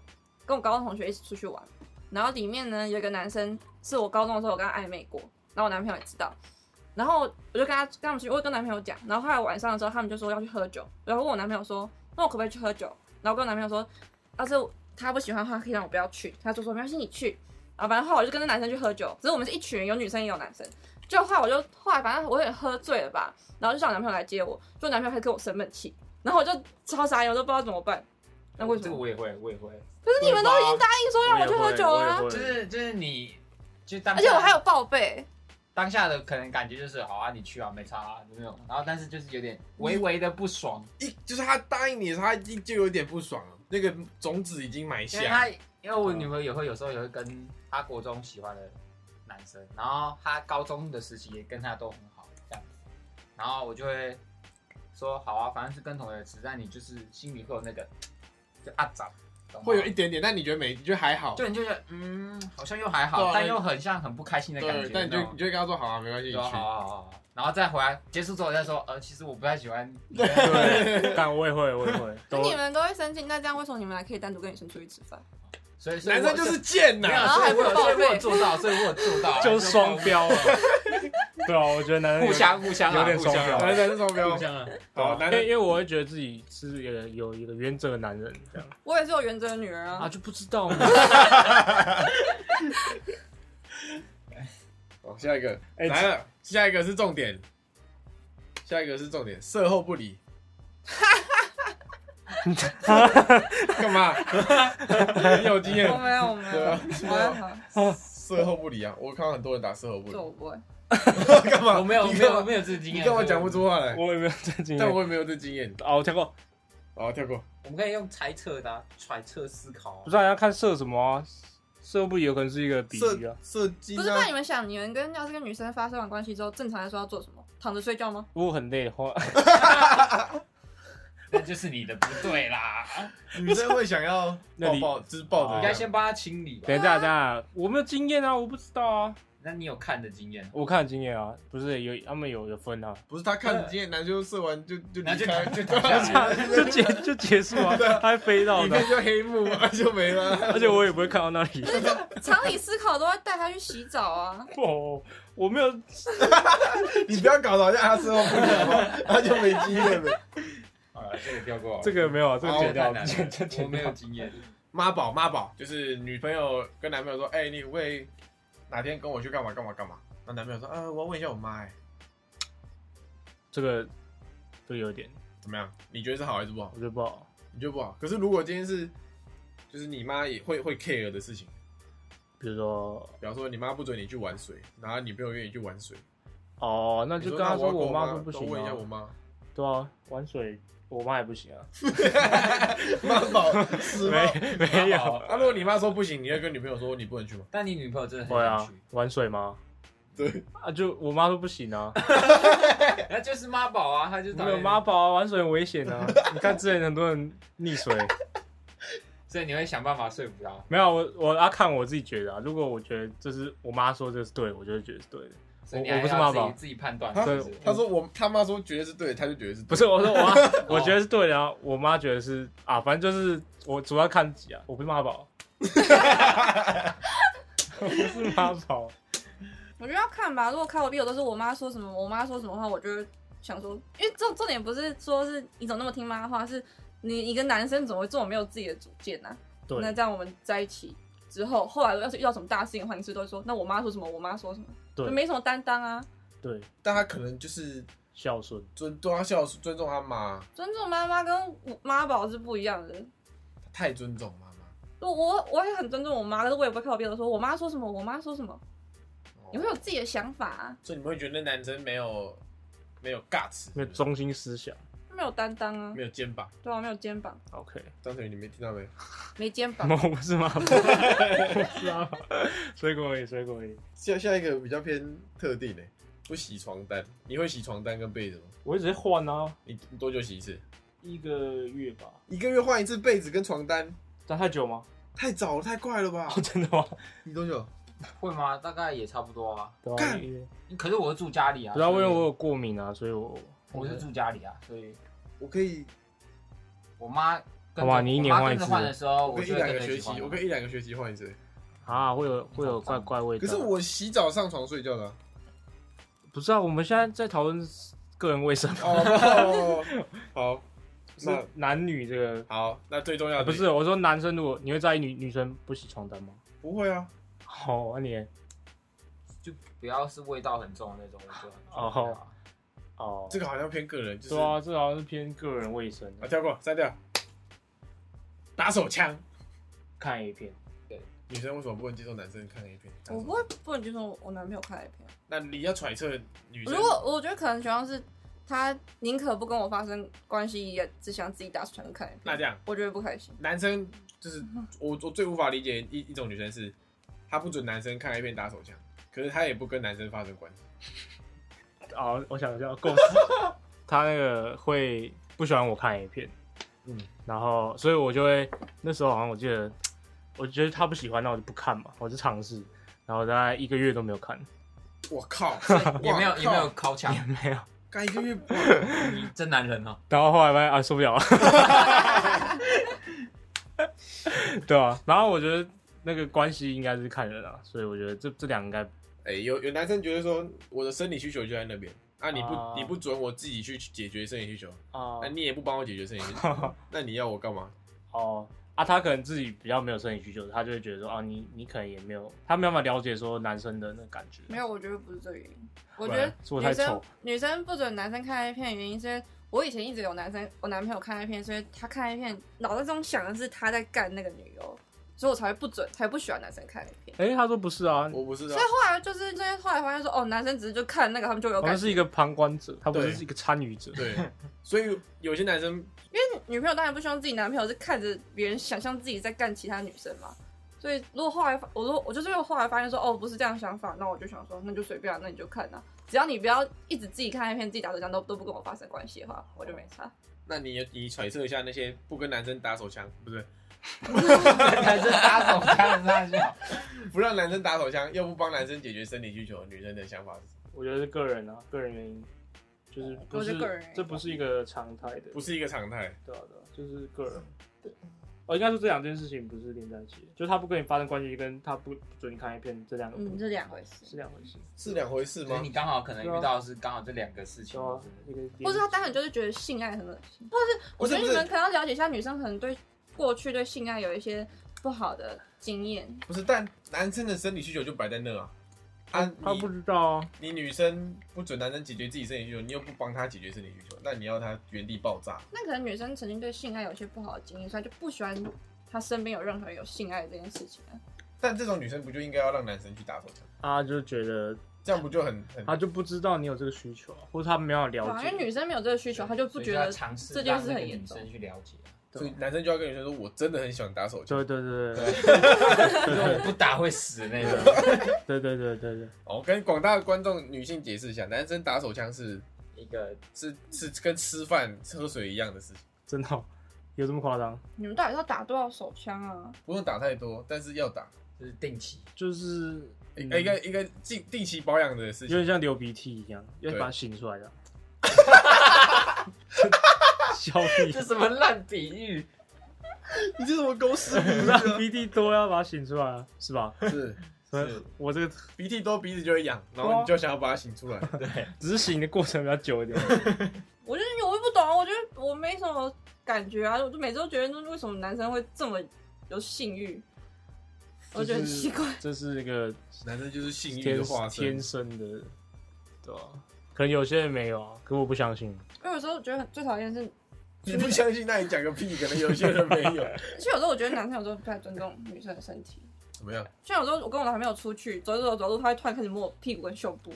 跟我高中同学一起出去玩，然后里面呢有一个男生是我高中的时候我跟他暧昧过，然后我男朋友也知道，然后我就跟他跟他们去，我有跟男朋友讲，然后后来晚上的时候他们就说要去喝酒，然后问我男朋友说，那我可不可以去喝酒？然后跟我男朋友说，要是他不喜欢的话，可以让我不要去。他就说没关系，你去。啊，反正后来我就跟那男生去喝酒，只是我们是一群人，有女生也有男生。就后来我就后来反正我也喝醉了吧，然后就叫我男朋友来接我，就我男朋友还跟我生闷气，然后我就超傻眼，我都不知道怎么办。那为什
这个
么？
我也会，我也会，
可是你们都已经答应说让我去喝酒了啊、
我也会
就是就是你，就当
而
下
且我还有报备，
当下的可能感觉就是好啊，你去啊，没差啊，就那种，然后但是就是有点微微的不爽，
一就是他答应你，他已经就有点不爽了，那个种子已经埋
因为
下
他。因为我女朋友也会有时候也会跟她国中喜欢的男生，然后她高中的时期也跟他都很好这样子，然后我就会说好啊，反正是跟同学吃，但你就是心里会有那个 就啊长，懂吗
会有一点点，但你觉得没，你觉得还好，
就你就觉得嗯好像又还好
对，
但又很像很不开心的感
对
觉，，
但你就
那种
你就会跟他说好啊，没关系，你
对啊好
去。
啊好啊好啊，然后再回来结束之后再说，呃，其实我不太喜 欢，
对，但我也会，我也会，
那
都
你们都会生气，那这样为什么你们还可以单独跟女生出去吃饭？
所以所以
男
我
生就是贱
没有，
呐，
所以我
然
有
后
所
还
以
不报备
我有做到，所以我有 做到，啊
就是双标 了。对啊，我觉得男人
互相互相啊
有点
互
双
相啊
标
男生是双标
互。相啊，
好，男
因为因
人
为我会觉得自己是一个有一个原则的男人这样
我也是有原则的女人
啊，
啊，
就不知 道嘛。
好，下一个
哎
来了，下一个是重点，下一个是重点，色后不 理。干嘛？很有经验
我，没有，我没有，
对啊
我还好，
色后不理啊！我看到很多人打色后不
这我
理，
不会。
干嘛？
我没有
你
没
干嘛
有没有这个经
你
验，
干嘛讲不出话来？
我也没有这经
但
验。
我也没有这经验。
啊，我跳过，
好，跳过。
我们可以用猜测的啊、揣测思考
不知
啊、
道要看射什么啊，射不有可能是一个比喻啊。
射精
不是，那你们想，你们跟要是跟女生发生完关系之后，正常来说要做什么？躺着睡觉吗？
如果很累的话，
那就是你的不对啦。
女生会想要
那
抱
你啊
抱，就是抱着
你
你。
应该先帮他清理吧。
等一下，等一下，我没有经验啊，我不知道啊。
那你有看的 经验？
我看经验啊，不是有他们有有分啊，
不是他看今天男生射完就就
那
离
就
开，
就
就结就结束啊，他还飞到
影
的
片，就黑 幕就没了。
而且我也不会看到那里。
常理思考都会带她去洗澡啊，
哦，我没有，
你不要搞得好像他射后不理好不 好，他就没经验了。
好了，这个跳过好了。
这个没有，啊这个
好
剪掉
太，难
剪剪
了，我
剪
没有
掉。
经验。
妈宝妈宝就是女朋友跟男朋友说，哎，你会哪天跟我去干嘛干嘛干嘛？那男朋友说，呃，我要问一下我妈，哎，
这个就有点，
怎么样？你觉得是好还是不好
我？觉得不好。
你觉得不好？可是如果今天是就是你妈也会会 care 的事情。
比如说，
比方说你妈不准你去玩水，然后女朋友愿意去玩水，
哦，那
你
就
说
跟他
那我
说
要跟
我
我
妈
说
说不行
问一下我
啊。
妈，
对啊，玩水我妈也不行啊。
妈宝是吗？
没没
好
有，
好
啊，如果你妈说不行，你会跟女朋友说你不能去吗？
但你女朋友真的很
会
想
啊
去，，
玩水吗？
对，
啊，就我妈说不行啊，
那就是妈宝啊，她就是
没有妈
宝，
宝啊，玩水很危险啊。你看之前很多人溺水，
所以你会想办法说服她。
没有我我要看我自己觉得啊。如果我觉得这是我妈说这是对，我就会觉得是对的。
所以你
我
还
我不是
要
妈宝
自己自己判断
啊
是不
嗯
是？
她说我他妈说绝对是对的，她就觉得是对
不是，我说我 妈，我觉得是对的啊。我妈觉得是啊，反正就是我主要看己啊，我不是妈宝，我不是妈宝。
我觉得要看吧。如果开我闭口都是我妈说什么，我妈说什么的话，我就会想说，因为重重点不是说是你怎么那么听妈的话，是你一个男生怎么会这么没有自己的主见呢、啊？
对，
那这样我们在一起之后，后来要是遇到什么大事情的话，你是不是都会说，那我妈说什么，我妈说什么，
对
就没什么担当啊。
对，
但她可能就是
孝顺。
尊对她孝尊重她妈，
尊重妈妈跟妈宝是不一样的。
她太尊重妈妈。
我我我也很尊重我妈，但是我也不会开我闭口说我妈说什么，我妈说什么，
哦
你会有自己的想法啊，
所以你们会觉得那男生没有没有 guts，
没有中心思想。
没有担当啊
没，有肩膀。
对啊，没有肩 膀，
OK，
张成宇，你没听到没？
没肩膀。
我不是妈宝，我不是妈宝。水果也，水果也，
下下一个比较偏特定的、不洗床单。你会洗床单跟被子吗？
我会直接换啊，
你你多久洗一次？
一个月吧。
一个月换一次被子跟床单，
等太久吗？
太早了，太快了吧
哦，？真的吗？
你多久？
会吗？大概也差不多啊。
对啊，
干
因为
可是我是住家里啊，
不知道因
所以
为我有过敏啊，所以我
我是住家里啊，所以
我可以，
我妈跟着。
好吧你一年
我妈
换一
跟着
次
换的时候，
我
我
可以一
就会
两个
跟着
学
一起换
期，我可以一两个学期换一次。
啊，会有会有怪怪味道。
可
啊
是我洗澡上床睡觉的 啊。
不知道，我们现在在讨论个人卫 生嘛，
哦，好，
是
那
男女这个。
好，那最重要
哎
的
不是，我说男生如果你会在意女女生不洗床单吗？
不会啊，
好，啊你
就不要是味道很重的那种，我就很 啊
哦
受不了
哦，啊
这个好像偏个人，就是
对啊，这好像是偏个人卫生。
啊，跳过，删掉。打手枪。
看 A 片，
女生为什么不能接受男生看 A 片？
我不会不能接受我男朋友看 A 片。
那你要揣测女生，
如果我觉得可能情况是，他宁可不跟我发生关系，也只想自己打算看 A
那
片，
这样，
我觉得不开心。
男生就是
嗯
我我最无法理解一一种女生是，她不准男生看 A 片打手枪，可是她也不跟男生发生关系。
哦，我想一下， 构思，他那个会不喜欢我看 A 片，
嗯
嗯，然后所以我就会那时候好像我记得，我觉得他不喜欢，那我就不看嘛，我就尝试，然后大概一个月都没有看，
我靠，
也没有
哇
也没有，靠墙，
没有，
干一个月不
你真男人哦。
然后后来发现啊受不了了， 对啊，然后我觉得那个关系应该是看人啊，所以我觉得这这两个应该
哎、有有男生觉得说我的生理需求就在那边，啊你不、
哦
你不准我自己去解决生理需求，
啊
那、你也不帮我解决生理需求，那你要我干嘛？
哦啊，他可能自己比较没有生理需求，他就会觉得说啊，你你可能也没有，他没有办法了解说男生的那个感觉。
没有，我觉得不是这个原因。我
然
觉得
是我
女
太
生
丑
女生不准男生看 A 片的原因是，因为我以前一直有男生我男朋友看 A 片，所以他看 A 片脑袋中想的是他在干那个女优，所以我才会不准，才不喜欢男生看 A 片。
哎、他说不是啊，
我不是啊
所以，后来就是这些，后来发现说，哦，男生只是就看那个，他们就有
我
感
们哦
觉。
是一个旁观者，他不
对
是一个参与者。
对，所以有些男生
女朋友当然不希望自己男朋友是看着别人想象自己在干其他女生嘛。所以如果后来发我说我就是后来发现说哦不是这样想法，那我就想说那就随便、啊，那你就看啊，只要你不要一直自己看 A 片，自己打手枪都都不跟我发生关系的话，我就没差。
那你你揣测一下那些不跟男生打手枪，不是
男生打手枪 上去，
不让男生打手枪，又不帮男生解决生理需求，女生的想法是什么
我觉得是个人啊，个人原因，就是不
哦我觉
是
得个人原因
这不是一个常态的，
不是一个常态。
对啊对啊，就是个人。哦我应该说这两件事情不是连在一起的，就是他不跟你发生关系，跟他不不准你看 A 片这两个不
嗯，这两回
是
事。
两回事。
是两回事
所以
吗
你？刚好可能遇到的是刚好这两个事情
啊对，啊，一个
或是他单纯就是觉得性爱很恶心，或者是
不
我
是
觉得
不
你
是
们可能要了解一下女生可能对过去对性爱有一些不好的经验。
不是，但男生的生理需求就摆在那啊。啊，
他
你
不知道啊，
你女生不准男生解决自己生理需求，你又不帮他解决生理需求，那你要他原地爆炸？
那可能女生曾经对性爱有一些不好的经验，所以她就不喜欢她身边有任何人有性爱这件事情啊。
但这种女生不就应该要让男生去打手枪？
他就觉得
这样不就很很
他就不知道你有这个需求啊，或者他没有
对
了
啊，
解。
因为女生没有这个需求，她就不觉得
所以就要尝试
这件事很
让那个
严
女
重
生去了解啊，
所以男生就要跟女生说，我真的很喜欢打手枪
对。对对对
啊 就是我不打会死那种，
对对对对对对，
哦，跟广大的观众女性解释一下，男生打手枪是
一个
是是跟吃饭喝水一样的事情，
真的哦、有这么夸张？
你们到底要打多少手枪啊？
不用打太多，但是要打，哎
就是定期，
就是、
一
嗯
一个一个定定期保养的事
有点
情。
像流鼻涕一样，要
对
把它擤出来的。啊 笑屁，啊
这什么烂比喻？
你这什么狗屎
那鼻涕多要把它擤出来啊，是吧？
是
所以我这个
鼻涕多，鼻子就会痒，然后你就想要把它擤出 来。
只是擤的过程比较久 一点。
我就是我也不懂，啊我觉得我没什么感觉啊，我就每次都觉得为什么男生会这么有性欲，我觉得很奇怪。
这是一个
男生就是性欲
天
的化身啊
天。生的，对吧、可能有些人没有啊，可我不相信。
哦
因为有时候我觉得很最讨厌的是，
你不相信，那你讲个屁！可能有些人没有。
其实有时候我觉得男生有时候不太尊重女生的身体。
怎么样？
像有时候我跟我男朋友出去走一走走路，他会突然开始摸我屁股跟胸部，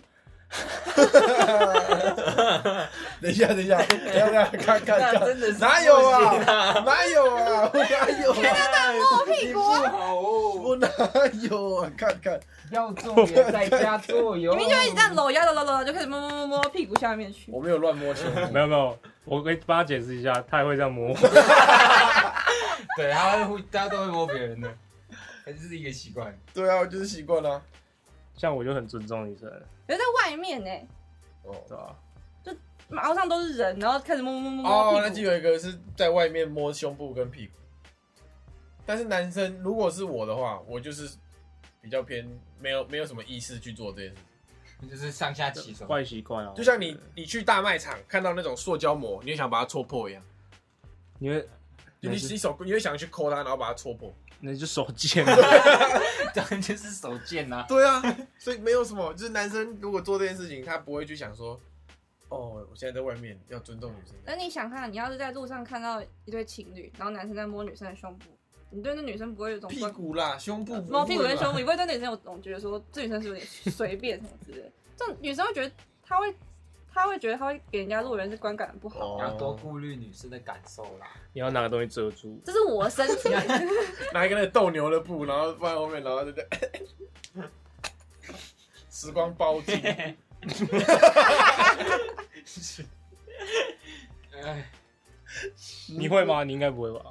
等一下，等一下，等一下，等一下看看看，
真的是
哎哪有啊？哪有啊？我哪有啊？
摸屁
啊
股好哦，
我哪有啊？看看，
要做也在家做哟。
明明就一直这样搂呀搂搂搂，就开始摸摸摸摸屁股下面去。
啊我没有乱摸胸部
没有没有，我可以帮他解释一下，他也会这样摸我。
对，他会互，大家都会摸别人的，还是一个习惯。
对啊，我就是习惯了。
像我就很尊重女生，
可是在外面呢、
哦
对吧、
马路上都是人，然后开始摸摸摸摸
哦，
屁
那
股
就有一个是在外面摸胸部跟屁股，但是男生如果是我的话，我就是比较偏没有没有什么意识去做这件事。
就是上下其手，
坏习惯啊，
就像你
对，
你去大卖场看到那种塑胶膜，你也想把它戳破一样，
你会
你
没
你
事
手你会想去抠它，然后把它戳破。
那就手 贱嘛，
当然就是手贱呐、
啊对啊，所以没有什么，就是男生如果做这件事情，他不会去想说，哦，我现在在外面要尊重女生。
那你想看，你要是在路上看到一对情侣，然后男生在摸女生的胸部，你对那女生不会有种
屁
怪
股啦，胸部不会吧，
摸屁股跟胸部，你不会对那女生有种觉得说这女生是不是有点随便什么之类的？这种女生会觉得她会，她会觉得她会给人家路人是观感不好。
哦
要多顾虑女生的感受啦。
你要拿个东西遮住，
这是我的身体，
拿一个那个斗牛的布，然后放在后面，然后就在 时光包 机，
哎，
你会吗？你应该不会吧？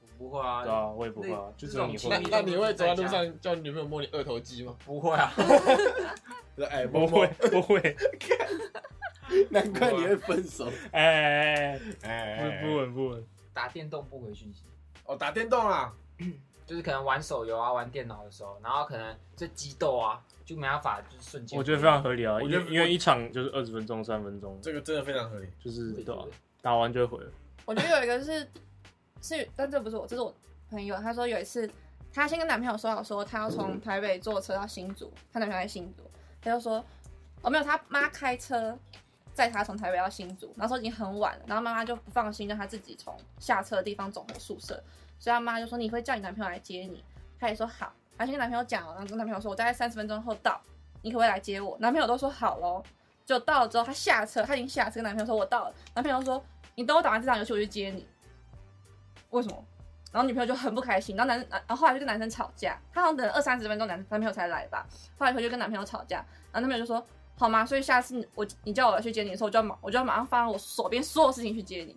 我不会啊，
对啊，我也不会啊，
这
就只有你
这
那
会
种。
那你会走在路上叫你女朋友摸你二头肌吗？
不会啊，
就说哎，
我
摸摸
会，，我会，
难怪你会分手。
哎，
哎，
不不，稳不稳，
打电动不回讯息。
哦，打电动啦，
就是可能玩手游啊、玩电脑的时候，然后可能这激斗啊，就没办法，就是瞬间。
我觉得非常合理啊，
我
因
觉
为
得
因为一场就是二十分钟、三分钟，
这个真的非常合理。
就是对啊
对对对
打完就会回了。
我觉得有一个是是，但这不是我，这是我朋友。她说有一次，她先跟男朋友说好，说她要从台北坐车到新竹，她男朋友在新竹，她就说哦没有，她妈开车载她从台北到新竹，然后说已经很晚了，然后妈妈就不放心，让她自己从下车的地方走回宿舍，所以她妈就说你会叫你男朋友来接你，她也说好，她先跟男朋友讲哦，然后跟男朋友说我大概三十分钟后到，你可不可以来接我？男朋友都说好喽。就到了之后，她下车，她已经下车，跟男朋友说我到了，男朋友说你等我打完这场游戏我去接你。为什么？然后女朋友就很不开心，然后男男，然后后来就跟男生吵架，她好像等了二三十分钟，男男朋友才来吧。后来回去跟男朋友吵架，然后男朋友就说：“好吗？所以下次你我你叫我去接你的时候，我就要马我就要马上放下我手边所有事情去接你。”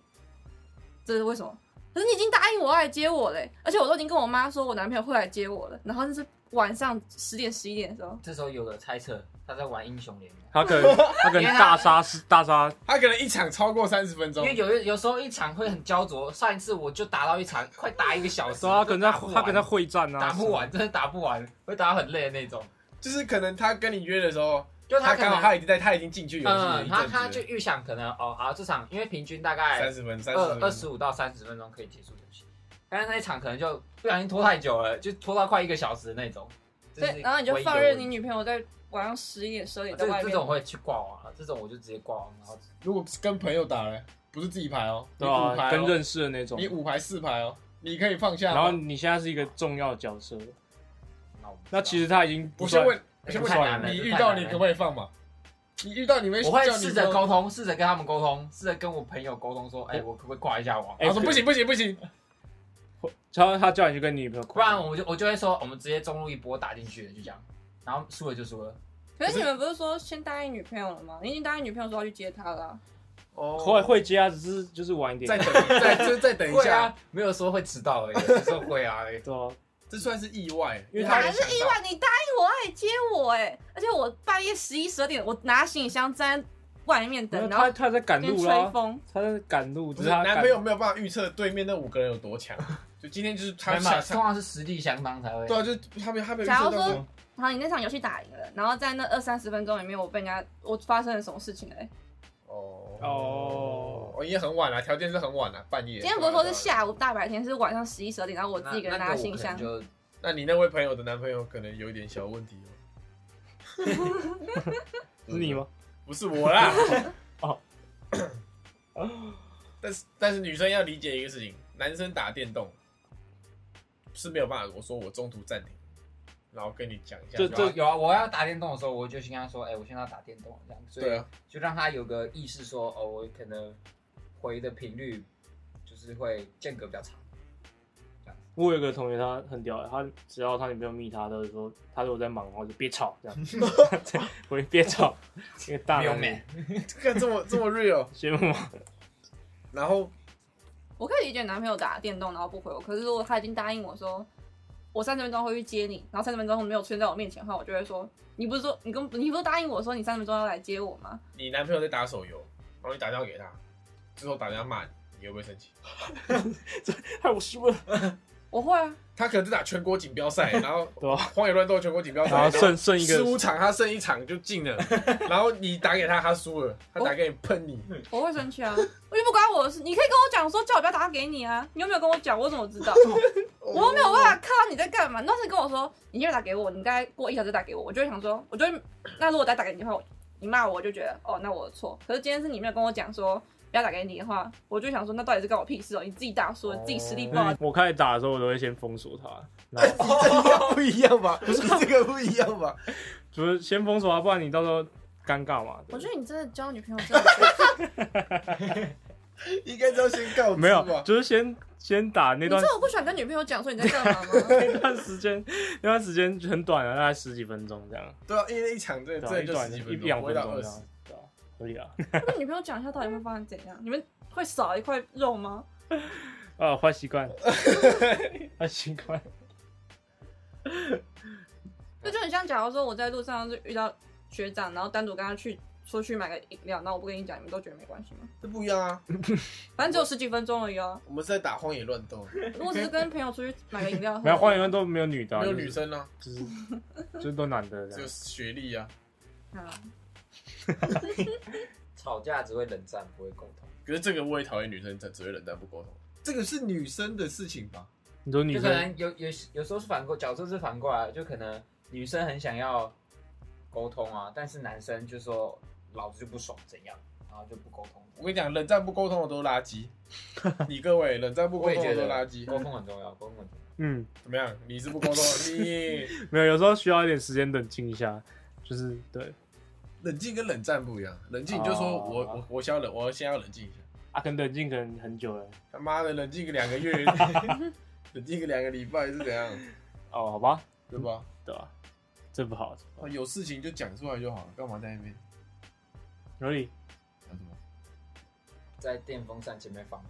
这是为什么？可是你已经答应我要来接我嘞、而且我都已经跟我妈说我男朋友会来接我了，然后那是晚上十点十一点的时候，
这时候有的猜测他在玩英雄联盟，
他可 能他可能大杀是大杀，
他可能一场超过三十分钟
啊
因为，有有时候一场会很焦灼。上一次我就打到一场，快打一个小时，
对啊，他可能在
打不完
他可能在会战啊，
打不完，真的打不完，会打到很累的那种。
就是可能他跟你约的时候，
就
他
可能
刚好他已经在他已经进去游戏了
嗯，
一
他他
阵
就
子
预想可能哦，好，这场因为平均大
了，
概
三十分，三十
二
分
二十五到三十分钟可以结束游戏，但是那一场可能就不小心拖太久了，就拖到快一个小时的那种。这是
对，然后你就
唯一的
放任
问
你
题啊
女朋友在晚上十一点十二点在
这
外
这种
面。
会去挂网啊了，这种我就直接挂网，然后
如果跟朋友打嘞，不是自己排哦，你
对
五
啊，
排
跟
哦，
认识的那种
你。五排啊四排哦，你可以放下吗。
然后你现在是一个重要角色，
那我不知道
那其实他已经不
我
算
先问，我先
太
问
难
你，
了
你
这
遇
太
到
难
你
了
可不可以放嘛？你遇到你会
我会
叫你
试着
说
沟通，试着跟他们沟通，试着跟我朋友沟通说，哎、我可不可以挂一下网？
哎
啊他说不行不行不行，
然后他叫你去跟女朋友，
不然我就我就会说，我们直接中路一波打进去了，就这样。然后输了就输了，
可是你们不是说先答应女朋友了吗？你已经答应女朋友说要去接她了啊、
哦
会会接啊，只是就是晚一点
再。等再就是再等一
会
下
啊，，没有说会迟到而已，只是说会 啊而已。
对啊，
这算是意外，
因为他
还是意外，你答应我爱接我哎、而且我半夜十一十二点，我拿行李箱站在外面
然后
等，然后
他他在赶
边
路
吹
啦，
风。
他在赶路，
不
只
是
是他
男
赶
朋友没有办法预测对面那五个人有多强，就今天就是
没
他
有，没有
下
通常是实力相当才会。
对啊，就是他没他没有预
假
测
如
到
说
这个，
然后你那场游戏打赢了，然后在那二三十分钟里面，我被人家我发生了什么事情嘞、
哦
哦
哦，也很晚了，条件是很晚了，半夜。
今天不是说是下午大白天，是晚上十一十二点，然后我自己一个人拿行李箱
那那。个我可能
那你那位朋友的男朋友可能有一点小问题哦。
是你？吗？
不是我啦。
哦。
但是但是女生要理解一个事情，男生打电动是没有办法，我说我中途暂停，然后跟你讲一下
这
就
就
好。
有啊有啊，我要打电动的时候，我就先跟他说，哎、我现在要打电动了这样，所以
对啊，
就让他有个意识说，哦，我可能回的频率就是会间隔比较长。
我有一个同学，他很屌欸，他只要他女朋友密他，他就说他说我在忙，然后就别吵这样， 我别吵，因为大男人
看这么这么 real，
羡慕吗？
然后
我可以理解男朋友打电动然后不回我，可是如果他已经答应我说我三十分钟会去接你，然后三十分钟没有出现在我面前的话，我就会说你不是说你跟你不是答应我说你三十分钟要来接我吗？
你男朋友在打手游，然后你打电话给他，之后打电话骂你，你会不会生气？
害我输了，
我会啊，
他可能在打全国锦标 赛，然后
对吧？
荒野乱斗全国锦标赛，
然后剩剩一
十五
个，
场他剩一场就进 了，然后你打给他他输了，他打给你喷你，
我会生气啊，我就不关我的事。你可以跟我讲说，叫我不要打给你啊。你又没有跟我讲，我怎么知道？我又没有办法看到你在干嘛。你要是跟我说你又打给我，你大概过一小时打给我，我就会想说，我就会那如果再打给你的话，我你骂我，我就觉得哦，那我的错。可是今天是你没有跟我讲说不要打给你的话，我就想说，那到底是关我屁事哦？你自己打说，你自己实力不好，
嗯我开始打的时候，我都会先封锁他，然后
不一样 吧？不是这个不一样吧？
就是先封锁他，不然你到时候尴尬嘛。对
我觉得你真的交女朋友真的是，
应该是要先告知
没有，
吧？
就是先先打那
你
段
知道我不喜欢跟女朋友讲说你在干嘛吗？
那段时间，那段时间很短啊，大概十几分钟这样，
对啊，因为一场真
对
的
啊，
真的
一
就
短
十几
一
分钟，
两
不会
分
到
钟
二
这
十
样，。对啊，合理啊。
跟女朋友讲一下到底会发生怎样？你们会少一块肉吗？
啊，坏习 惯，坏习惯。
那就很像，假如说我在路上就遇到学长，然后单独跟他去出去买个饮料，那我不跟你讲，你们都觉得没关系吗？
这不一样啊！
反正只有十几分钟而已哦。
我们是在打荒野乱斗，
如果只是跟朋友出去买个饮料，
没有，换一问都没有女的啊，
没有
就是
女，生啊，
就是就是都男的这
只有
样。
学历啊。
嗯
吵架只会冷战，不会沟通。
可是这个我也讨厌女生只只会冷淡不沟通。
这个是女生的事情吧？
你说女
就可
生
能有有有时候是反过，角色是反过来，就可能女生很想要沟通啊，但是男生就说老子就不爽怎样，然后就不沟通。
我跟你讲，冷战不沟通的都是垃 圾。你各位，冷战不沟
我也
通
觉
的都
得
是垃圾。
沟通很重要，沟通很重要。
嗯，
怎么样？你是不沟通，你
没有，有时候需要一点时间冷静一下，就是对。
冷静跟冷战不一样。冷静你就说
哦
我我我想要冷，我先要冷静一下。
啊，可能冷静可能很久了。
他妈的，冷静个两个 月，冷静个两个礼拜是怎样？
哦，好吧，
对 吧？
对吧？这不好，
啊有事情就讲出来就好了，干嘛在那边
所以
讲什么？
在电风扇前面 放，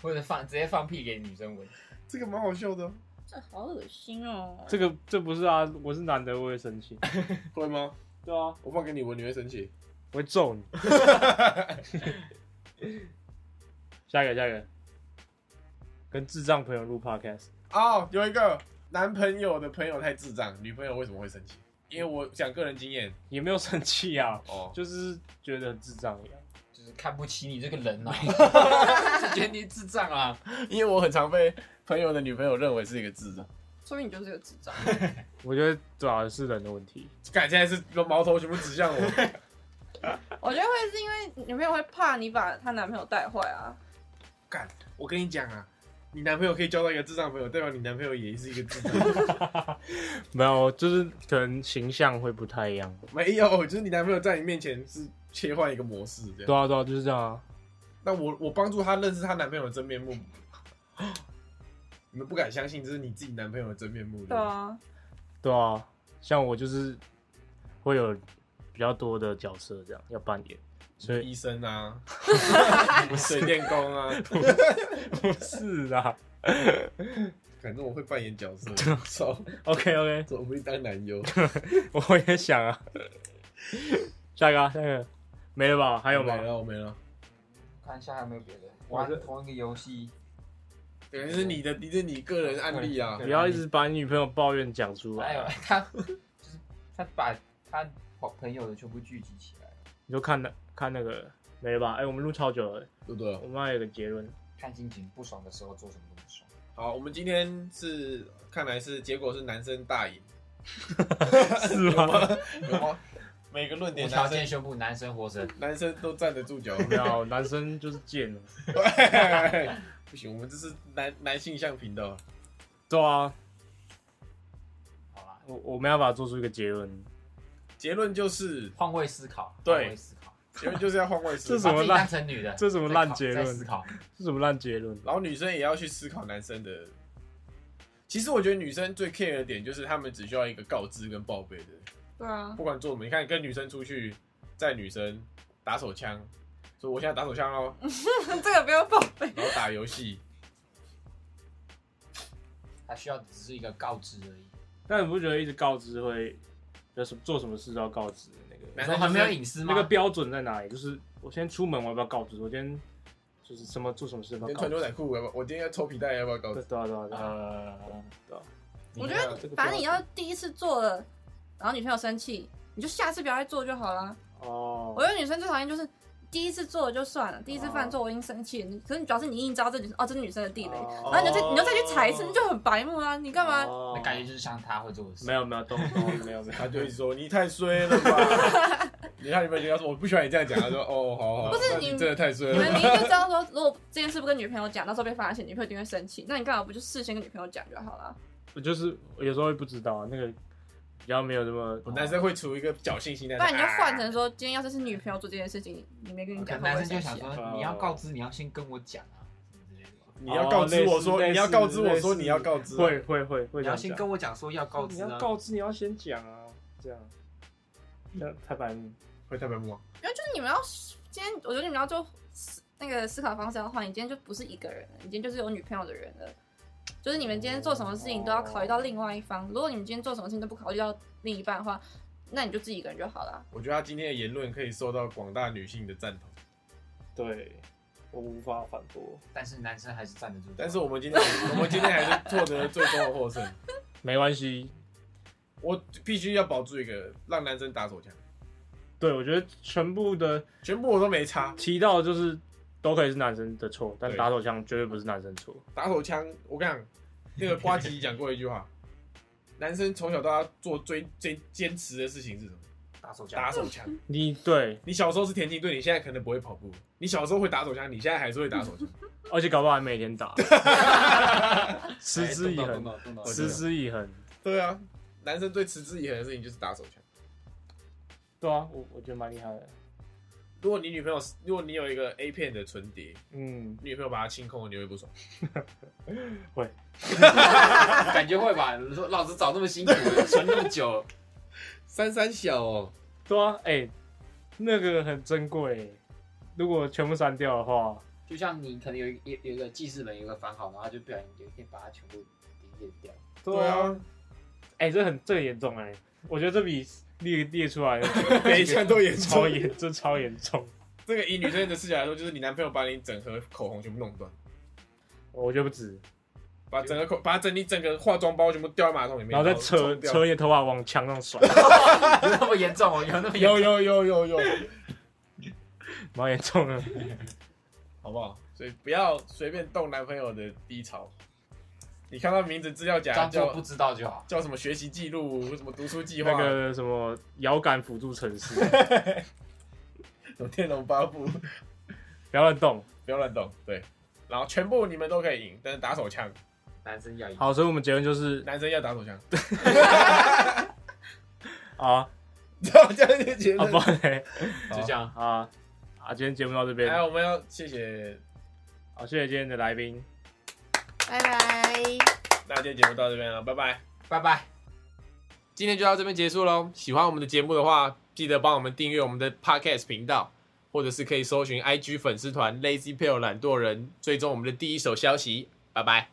或者放直接放屁给女生闻。
这个蛮好笑的哦，
这好恶心哦。
这个这不是啊，我是男的，我会生气。
会吗？
对啊，
我放给你闻，你会生气。
我会揍你。 下一个，下一个，跟智障朋友录 podcast，
哦，有一个男朋友的朋友太智障，女朋友为什么会生气？因为我讲个人经验
也没有生气啊，
哦，
就是觉得很智障一样。
就是看不起你这个人 啊，就觉得你智障啊。
因为我很常被朋友的女朋友认为是一个智障。
说明你就是个智障。
我觉得主要是人的问题，
感现在是矛头全部指向我，
我觉得会是因为女朋友会怕你把她男朋友带坏啊。
我跟你讲啊。你男朋友可以交到一个智障朋友，代表你男朋友也是一个智障。
没有，就是可能形象会不太一样。
没有，就是你男朋友在你面前是切换一个模式这样。
对啊，对啊，就是这样啊。
那我我帮助她认识她男朋友的真面目， 你们不敢相信这是你自己男朋友的真面目。
对啊，
对啊，像我就是会有比较多的角色这样要扮演，所以
医生 啊，水电工啊，
不是啊。
反正我会扮演角色，操，
OK OK，
我不会当男优。
我也想啊。下一个、啊，下一个，没了吧？还
还
有吗
没？了，我没了。
看一下还有没有别的，
我
玩
是
同一个游戏，
等于是你的，你是你个人案例啊
对。
不要一直把你女朋友抱怨讲出
还有
来，
他就是他把他好朋友的全部聚集起来，
你就看那看那个没了吧？哎、我们录超久了，
对不对
我？们还有一个结论，
看心情，不爽的时候做什么都不爽。
好，我们今天是看来是结果是男生大赢，
是吗？
有吗？每个论
无
点
条
男
件
生
宣布男生活着，
男生都站得住脚。
没有，男生就是贱了。
不行，我们这是男男性向频道。
对啊，
好啦，
我我没办法做出一个结论。
结论就是，
换位思考，
对
换位思考，
结论就是要换位思
这
考。
是什
把
么
自己
烂
当成女的，
这什么烂结论
在思考，
这什么烂结论？
然后女生也要去思考男生的。其实我觉得女生最 care 的点就是，她们只需要一个告知跟报备的，
对啊，
不管做什么。你看，跟女生出去，载女生打手枪，说我现在打手枪喽，
这个不要报备。
然后打游戏，
他需要的只是一个告知而已。
但你不觉得一直告知会，就是做什么事都要告知的那个
男
说
生
很
很
没有隐私吗？
那个标准在哪里？就是我先出门，我要不要告知？我今天就是什么做什么事
今
都要
天
告
穿
知
牛？仔裤，要不要？我今天要抽皮带，要不要告
对
知？
对啊对啊对啊
呃，
对啊，
我觉得
这个标准
反正你要第一次做了，然后女朋友生气，你就下次不要再做就好了。
哦
我觉得女生最讨厌就是第一次做的就算了，第一次犯错我已经生气了。你可是你主要是你已经知道这就是哦，这是女生的地雷，
哦
然后你就再你就再去踩一次，你就很白目啊！你干嘛？
那感觉就是像他会做的事。
没有没有都都没有没有，
他就一直说你太衰了吧， 你看你们人家说我不喜欢你这样讲，他说哦好好，
不是
那
你
你真的太衰
你们
了，
明明就知道说，如果这件事不跟女朋友讲，到时候被发现，女朋友一定会生气。那你干嘛不就事先跟女朋友讲就好了？
我就是我有时候会不知道啊，那个比较没有这么
我男生会处于一个侥幸心态，
不然你就换成
啊
说，今天要是是女朋友做这件事情，你没跟你
可
讲，
能男
她
生
会
就
生
想
气啊。
说，你要告知，你要先跟我讲啊，什么之类的。
你要告知我
哦
说
类似
你要告知我说
类似
你要告知我，
会会会会这
你要
样
先
讲
跟我讲说要告
你
知
要
啊。
告知你要先讲啊，这样，这样太白目。
会太白目吗，
没有，就是你们要今天，我觉得你们要做思那个思考方式要换，你今天就不是一个人了，你今天就是有女朋友的人了。就是你们今天做什么事情都要考虑到另外一方，如果你们今天做什么事情都不考虑到另一半的话，那你就自己一个人就好了。
我觉得他今天的言论可以受到广大女性的赞同，
对，我无法反驳。
但是男生还是站得住脚。
哦
但是我们今天我们今天还是获得了最终的获胜，
没关系，
我必须要保住一个让男生打手枪，
对我觉得全部的
全部我都没差，
提到就是都可以是男生的错，但
对
打手枪绝对不是男生错。
打手枪，我跟你讲，那个瓜吉讲过一句话，男生从小到大做最最坚持的事情是什么？
打手
打
枪，
哎
手 枪。
你对，
你小时候是田径队，你现在可能不会跑步；你小时候会打手枪，你现在还是会打手枪。
而且搞不好还每天 打，持之以
哎动
恒，
到动到动到
持之以恒。
对啊，男生最持之以恒的事情就是打手枪。
对啊，我我觉得蛮厉害的。
如果你女朋友，如果你有一个 A 片的存碟，
嗯，
女朋友把它清空了，你会不爽。
感觉会吧？你说老子找那么辛 苦，存那么久，
三三小 哦，
对啊，哎、那个很珍贵，如果全部删掉的话，
就像你可能有一有有一个记事本有一个番号，然后就不小心有一天把它全部delete 掉。
对啊，
哎、这很这个严重哎、我觉得这比列列出 来的
每一项都严重
超。严，这超严重。
这个以女生的视角来说，就是你男朋友把你整盒口红全部弄断，
我觉得不止，
把整个口，把整你整个化妆包全部掉在马桶里面，
然后再扯
冲掉
扯你的头发往墙上 甩，
有那么严重哦？有那么 严重？
有有有有 有，
蛮严重的。
好不好？所以不要随便动男朋友的低潮。你看到名字资料
啊
夹
装作
叫
不知道就好。
叫什么学习记录，什么读书计划，
那个什么遥感辅助城市，
什么天龙八部，
不要乱动。
不要乱动。对，然后全部你们都可以赢，但是打手枪，
男生要赢。
好，所以我们结论就是
男生要打手枪，
啊
这样就结
啊
论
不。嘞
就这样。
啊啊，今天节目到这边，
来，我们要谢谢，
好，谢谢今天的来宾。
拜拜。
那今天节目到这边了，拜拜。
拜拜。
今天就到这边结束喽。喜欢我们的节目的话，记得帮我们订阅我们的 Podcast 频道，或者是可以搜寻 IG 粉丝团 Lazy p a l e 懒惰人，追踪我们的第一手消息。拜拜。